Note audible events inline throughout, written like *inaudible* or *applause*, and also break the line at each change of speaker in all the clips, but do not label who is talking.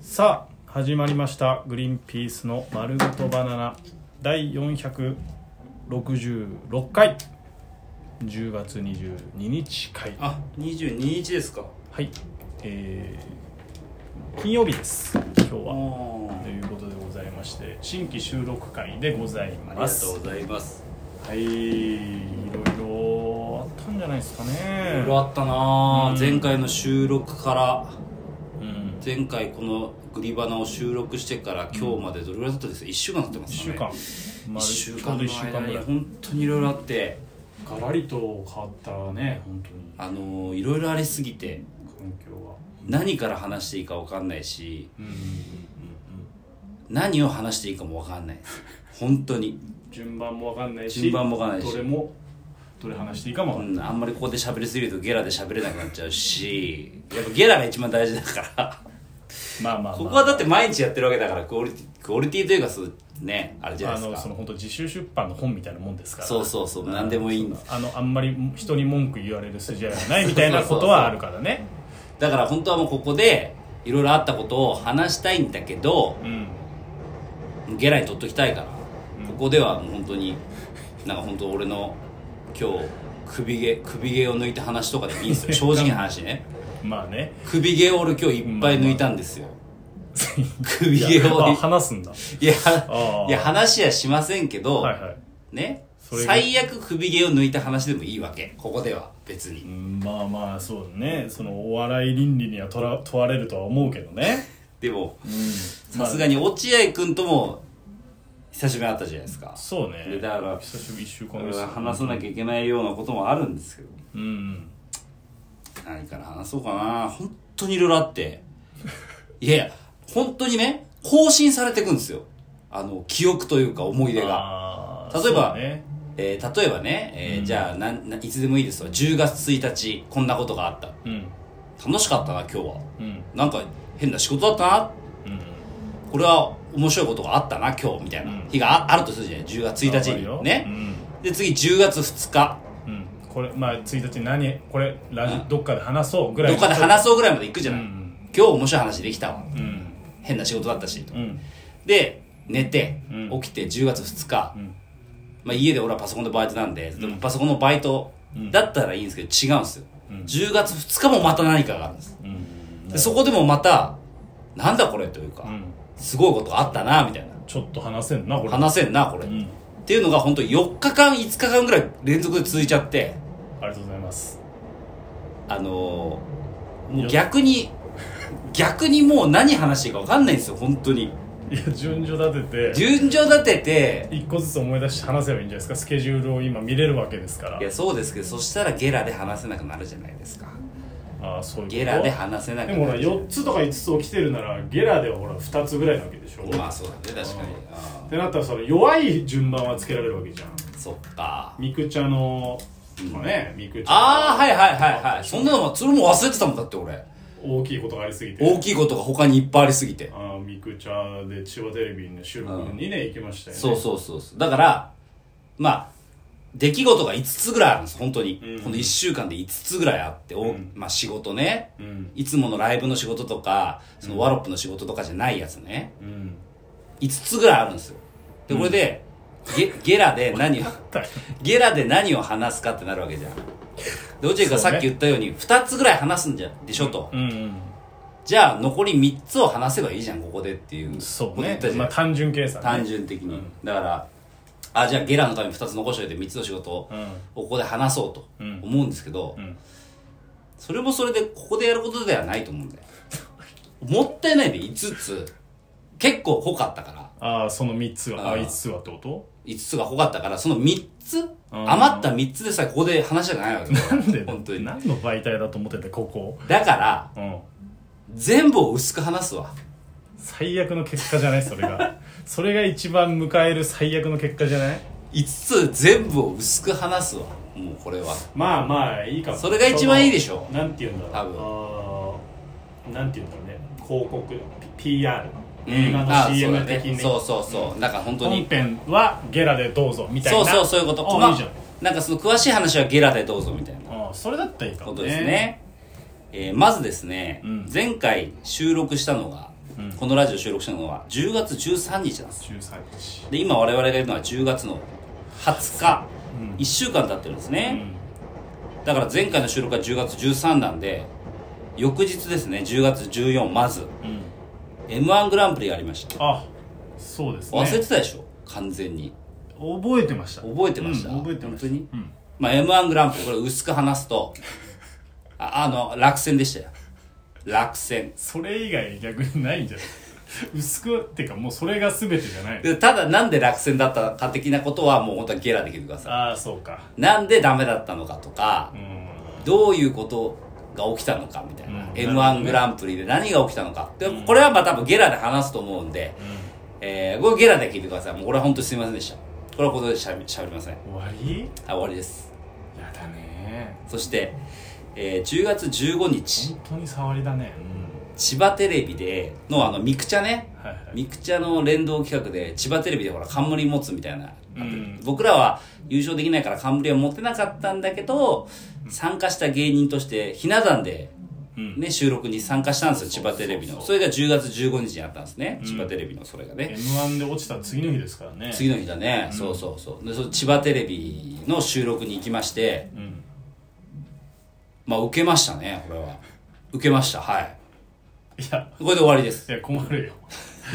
さあ始まりました「グリーンピースの丸ごとバナナ」第466回10月22日回
あ二22日ですか
はいえー、金曜日です今日
あ
は
ー
ということでございまして新規収録回でござい
あり
ま
が
す
とうございます
はいいろいろあったんじゃないですか
いろ
ね
いろあったなあ
うん
前回の収録から
うん
前回この「グリバナ」を収録してから今日までどれぐらい経ったんですか1週間経ってま
1
す
週
か
間
ね
丸
1週
ちょうど
間の
1週間
間
ぐ
に
らい
本当にいろいろあって
ガラリと変わったね本当に
あのいろいろありすぎて
環境は
何から話していいか分かんないし
うんうんうんうん
何を話していいかも分かんないです本当に、
順番もわかんないし
順番もわかんないし
どれもどれ話していいかもわ
う
かんない、
ん、あんまりここで喋りすぎるとゲラで喋れなくなっちゃうしやっぱゲラが一番大事だから
まあまあ、まあ、
ここはだって毎日やってるわけだからクオリティクオリティというかそうねあれじゃな
あ
いで
の
す
そ
か
の本当自主出版の本みたいなもんですから
そうそうそう何でもいいんだ
あのあんまり人に文句言われる筋合いはないみたいなことはあるからね
だから本当はもうここでいろいろあったことを話したいんだけど
うん
ゲラに取っときたいから
うん
ここではもう本当になんか本当俺の今日首毛首毛を抜いた話とかでもいいん
*laughs*
ですよ正直な話ね
まあね
首毛を俺今日いっぱい抜いたんですよ首
*laughs* い
毛
や
を
あ
い
話すんだ
や
あー
いや話はしませんけど、
はいはい
ね
それが
最悪首毛を抜いた話でもいいわけここでは別
う
に
んまあまあそうだねそのお笑い倫理にはとら問われるとは思うけどね
でも
さ
さすがに落合君とも久しぶりに会ったじゃないですか
そうね
でだから
久しぶり1週間
俺
です
は話さなきゃいけないようなこともあるんですけど
うんうん
何から話そうかな本当にいろいろあっていやいや本当にね更新されていくんですよあの記憶というか思い出が
あー
例えば
そうね
えー例えばね、えー
うん
じゃあなんないつでもいいですわ10月1日こんなことがあった
うん
楽しかったな今日は
うん
なんか変な仕事だったな
うん
これは面白いことがあったな今日みたいな
うん
日がああるとするじゃない10月1日
わかるよ
にねで次10月2日
うん、うん、これまあ1日何これラジ、
うん
どっかで話そうぐらい
どっかで話そうぐらいまで行くじゃ
う
ない、
ん
今日面白い話できたわ
うん
変な仕事だったしと
うん
で寝て、
うん
起きて10月2日、
うん
まあ、家で俺はパソコンでバイトなんで、でもパソコンのバイト
うん
だったらいいんですけど違うんですよ、
うん
10月2日もまた何かがあるんです
うん
でそこでもまたなんだこれというか、
うん
すごいことがあったなみたいな
ちょっと話せんなこれ
話せんなこれ、
う
っ
ん
ていうのが本当4日間5日間ぐらい連続で続いちゃって
ありがとうございます
あのーもう逆に逆にもう何話していいか分かんないんですよ本当に
いや順序立てて
順序立てて
一個ずつ思い出して話せばいいんじゃないですかスケジュールを今見れるわけですから
いやそうですけどそしたらゲラで話せなくなるじゃないですか
ああそういうこと
ゲラで話せなく
で
な
もほら
るじゃない
4つとか5つ起きてるならゲラではほら2つぐらいなわけでしょ
まあそうだね確かにあ
ってなったらその弱い順番はつけられるわけじゃん
ーそっか
ミクチャの、まあねミクチャ
ああはいはいはいはいそんなのそれも忘れてたもんだって俺
大きいことがありすぎて
大きいことが他にいっぱいありすぎて
あーミクチャで千葉テレビの収録にね行きましたよね
そうそうそうそうだからまあ出来事が5つぐらいあるんです本当に、
うん
この1週間で5つぐらいあって、お
うん
まあ、仕事ね
うん
いつものライブの仕事とかそのワロップの仕事とかじゃないやつね
うん
5つぐらいあるんですよでこれで、ゲゲラで何を *laughs*
だよ
ゲラで何を話すかってなるわけじゃんで落合君
そ
が
う
さ
ね
っき言ったように2つぐらい話すんじゃでしょと、
うん
じゃあ残り3つを話せばいいじゃんここでっていう
そう
こと言
ね
ったじゃん
まあ単純計算ね
単純的に、
うん
だからあじゃあゲラのために2つ残しておいて3つの仕事をここで話そうと
うん
思うんですけど、
うんうん
それもそれでここでやることではないと思うんだよもったいないで5つ結構濃かったから
ああその3つはあ
あ
ー
ー
5つはってこと
5つが濃かったからその3つ
ん
余った3つでさえここで話したくないわけだか
*laughs*
ら
なんで
本当に
何の媒体だと思ってんだよここ
だから
うん
全部を薄く話すわ
最悪の結果じゃないそれが *laughs* それが一番迎える最悪の結果じゃない
5つ全部を薄く話すわもうこれは
まあまあいいかも
それが一番いいでしょ
そのなんて言うんだろうあーなんて言うんだろうね広告 P- PR 映画の
あそうだ
CM 的
ね
に
そうそうそうなんか本当
本
に
編はゲラでどうぞみたい
そ
な
うそうそういうこと
あいいじゃん
なんかその詳しい話はゲラでどうぞみたいな
あーそれだったらいいか
こ
も
とですね、えーまずですね、
うん
前回収録したのが
うん
このラジオ収録したのは10月13日なんです
13日
で今我々がいるのは10月の20日
うん
1週間経ってるんです
う
ね、
ん
だから前回の収録が10月13なんで翌日ですね10月14まず
うん
m 1グランプリがありました
あそうですね
忘れてたでしょ完全に
覚えてました
覚えてました、
うん覚えてました
本当に、
うん
まあ、m 1グランプリこれ薄く話すとああの落選でしたよ落選
それ以外逆にないんじゃない *laughs* 薄くっていうかもうそれが全てじゃない
でただなんで落選だったか的なことはもう本当はゲラで聞いてくださ
ああそうか
いなんでダメだったのかとか
う、ん
どういうことが起きたのかみたいな、
うん
m 1グランプリで何が起きたのかでこれはまあ多分ゲラで話すと思うんで、えー、これゲラで聞いてくださいもうこれは本当にすみませんでしたこれはここでしゃべしゃべりません
終わり
あ終わりです
やだね
そして、えー10月15日
本当に触りだね
千葉テレビでのあのミクチャね
うんはいはい
ミクチャの連動企画で千葉テレビでほら冠持つみたいな、
うん
僕らは優勝できないから冠は持ってなかったんだけど参加した芸人としてひな壇で
うん
ね、収録に参加したんですよ、千葉テレビの。それが10月15日にあったんですね、
うん
千葉テレビのそれがね。
m 1で落ちた次の日ですからね
次の日だね、
うん
そうそうそう。で、その千葉テレビの収録に行きまして、
うん
まあ、受けましたね、これは。受けました、はい。
いや
これで終わりです。
いや困るよ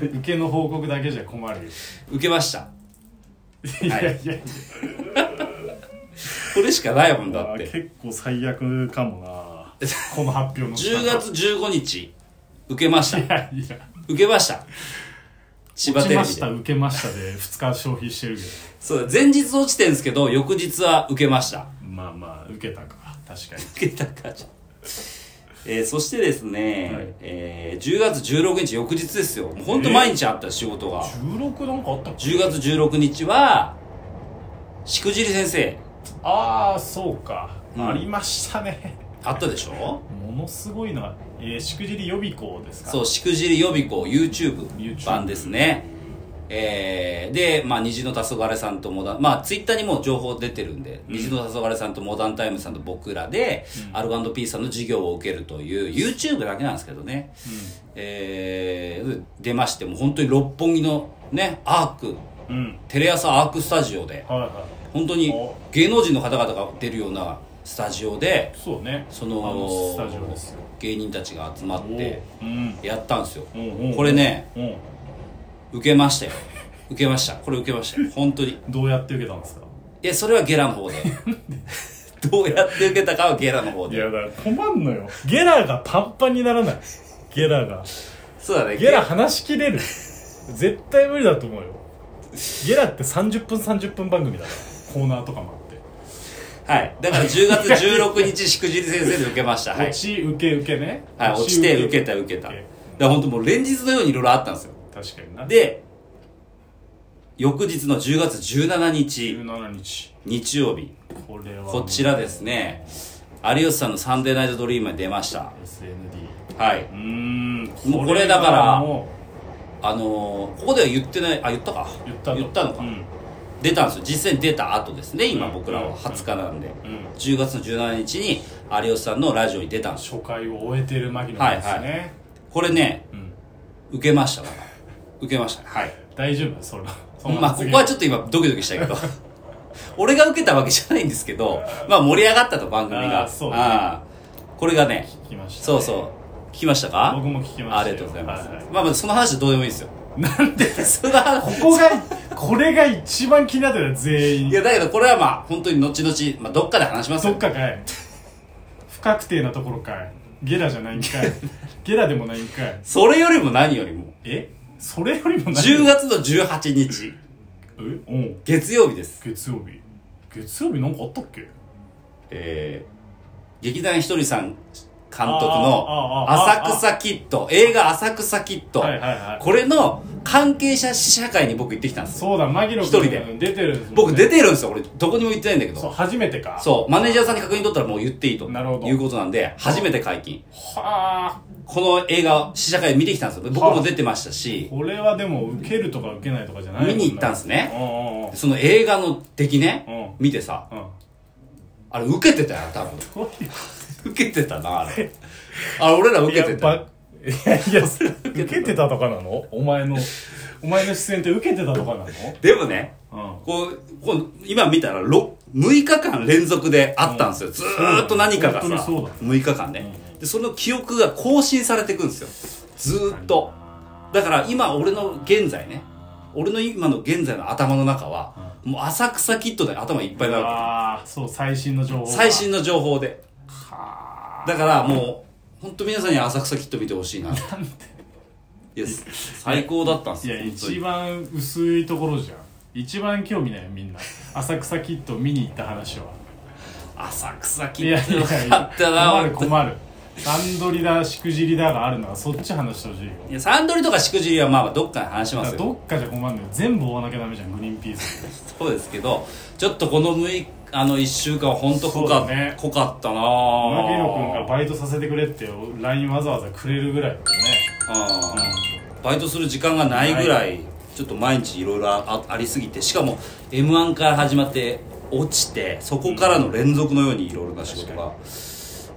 受けの報告だけじゃ困るよ
受けました。
い *laughs* やいやい
これしかないもんだ
や
って。
結構最悪かも
*laughs*
なこの発表の仕方
10月15日、受けまし
い *laughs*
た。
やいや
受けました。千葉
落ち
テレ
ま
ビ
した
で。
受けましたで2日消費してるけど
そう、前日落ちてるんですけど、翌日は受けました。
まあまあ受けたか確かに
受けたかじゃんえーそしてですね、
はい
えー10月16日翌日ですよもうほんと毎日あった仕事が、
16なんかあったっけ
10月16日はしくじり先生
ああそうか、
うん
ありましたね
あったでしょ
ものすごいな、えー、しくじり予備校ですか
そうしくじり予備校 YouTube
YouTube
版ですねえーで、まあ、虹の黄昏さんとモダン、まあ、ツイッターにもう情報出てるんで、虹の黄昏さんとモダンタイムさんと僕らで、アル R&P さんの授業を受けるという YouTube だけなんですけどね。えー出ましてもう本当に六本木のねアーク
うん、うん、
テレ朝アークスタジオで
はいは
本当に
お
芸能人の方々が出るようなスタジオで
いそうね
そ
あのスタジオ
の
ですよ
芸人たちが集まって
おーうん
やったんですよ
うんうん
これね
うん
受けましたよ受けましたこれ受けましたよ本当に
どうやって受けたんですか
いやそれはゲラの方 *laughs* でどうやって受けたかはゲラの方
い
で
やだから困んのよゲラがパンパンにならないゲラが
そうだね
ゲラ話しきれる絶対無理だと思うよゲラって30分30分番組だからコーナーとかもあって
*laughs* はいだから10月16日しくじり先生で受けましたはい
落ち受け受けね
はい、落ちて受けた受けた。だから本当もう連日のようにいろいろあったんですよ。
確かにな
で、翌日の10月17日、
17日
日曜日、
これは
こちらですね、有吉さんのサンデーナイトドリームに出ました。
SND
は
う
い。
ーん
もうこれだから
はも
あのーここでは言ってない、あ、言ったか。
う言ったの
言ったのか。
うん
出たんですよ。実際に出た後ですね、今
うん
僕ら
うん
は20日なんで。
うん
10月の17日に有吉さんのラジオに出たんですよ。
初回を終えてる牧野ですね、
はいはこれね、
うん、
受けまし
*laughs*
たから。受けました。はい。
大丈夫それはそんな
*laughs* まあ、ここはち
ょ
ょっと今、ドキドキしたけ
*laughs*
ど、俺が受けたわけじゃないんですけど、まあ、盛り上がったと、番組が。
あーそうね
あーこれがね、
っと聞きました、
そうそう、聞きましたか
僕も聞きましたよ
あありがとうございます。
はいはい
まあ、まあ、その話はどうでもいいですよ。なんでその話。
ここがこれが一番気になってた全
*laughs* い
員
や、だけど、これはまあ、本当に後々、まあ、どっかで話します
そっ
よ。
かかい不確定なところかいゲラじゃないんかいゲラでもないんかい
それよりも何よりも、
えそれよりもない
10月の18日、
えうん
月曜日です。
月曜日月曜日なんかあったっけ
えー、劇団ひとりさん
あーあ
監督の、
ーあーあー
浅草キッド、映画浅草キッド。
はいはいはい
これの関係者試写会に僕行ってきたんですよ。
そうだ牧野君
一人で
出てるんですもんね
僕出てるんですよ。俺、どこにも行ってないんだけ
そう
ど。
初めてか
そう。マネージャーさんに確認取ったらもう言っていいと。
なるほど
いうことなんで、初めて解禁。
はあ
この映画を試写会見てきたんですよ。僕も出てましたし、
これはでも受けるとか受けないとかじゃない
見に行ったんですすね。
うんうん
その映画の出来ね、
うん
見てさ、
うん
あれ受けてたよ、多分。
どういう
受けてたな、あれ。あれ、俺ら受け
い
て
や
た
ば。
よ
いやいや受けてたとかなのお前のお前の出演って受けてたとかなの
でもね、
うん
こう、こう今見たらろ6日間連続であったんですよ。ずーっと何かがさ、
本当にそうだね
6日間ね、で。その記憶が更新されていくんですよ。ずーっと。だから今俺の現在ね、俺の今の現在の頭の中は、もう浅草キットで頭いっぱいなわ
ああそう最新の情報
け。
が
最新の情報で。だからもう、本当皆さんに浅草キット見てほしいな。い
なんて
や、最高だったんです
い
よ。
や
本当に
一番薄いところじゃん一番興味ないよみ
*laughs*
んな浅草キッド見に行った話は
浅草キ
いや
ッ
い
トよ
やい
か
や
ったな、
困る
本当に
困る段取りだしくじりだがあるならそっち話してほしいよ
いや、サンドリとかしくじりはまあまあどっかで話しま
だか
す
ら
よ。
どっかじゃ困るのよ全部追わなきゃダメじゃんグリーンピースって
そうですけど、ちょっとこの6あの1週間は本当濃か,、
そうだね
濃かったな
牧野君が
ぁ。
バイトさせてくれって LINE わざわざくれるぐらいだからね
うんバイトする時間がないぐらい、ちょっと毎日いろいろあありすぎて、しかも M1 から始まって落ちて、そこからの連続のようにいろいろな仕事が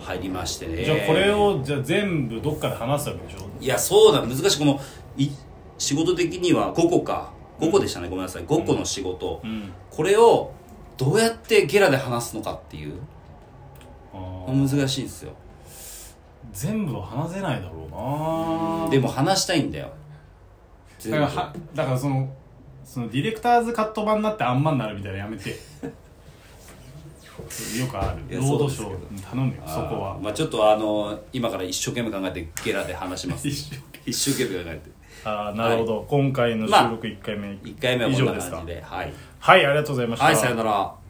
入りましてね。
じゃあこれ。をじゃあ全部どっかで話すわけでしょ
いや、そうだ、難しい。この、い仕事的には5個か。5個でしたね、ごめんなさい。5個の仕事。
うん
これをどうやってゲラで話すのかっていう
あー
難しいんですよ
全部は話せないだろうな
でも話したいんだよ
だ
全
か
部
らはだからそのそのディレクターズカット版になってあんまになるみたいなのやめてよくあ
い
る
や
ロードシ
そ
ョ
うで
ー
す
うん頼むよ
あ
そ
ー
こは
まあちょっとあの今から一生懸命考えてゲラで話します
*laughs* 一生
一生懸命考えて
あーなるほど、今回の収録1回目、
1回目は
以
こん
上
な
です
感
か
じではい、
はいありがとうございました、
はい、さよなら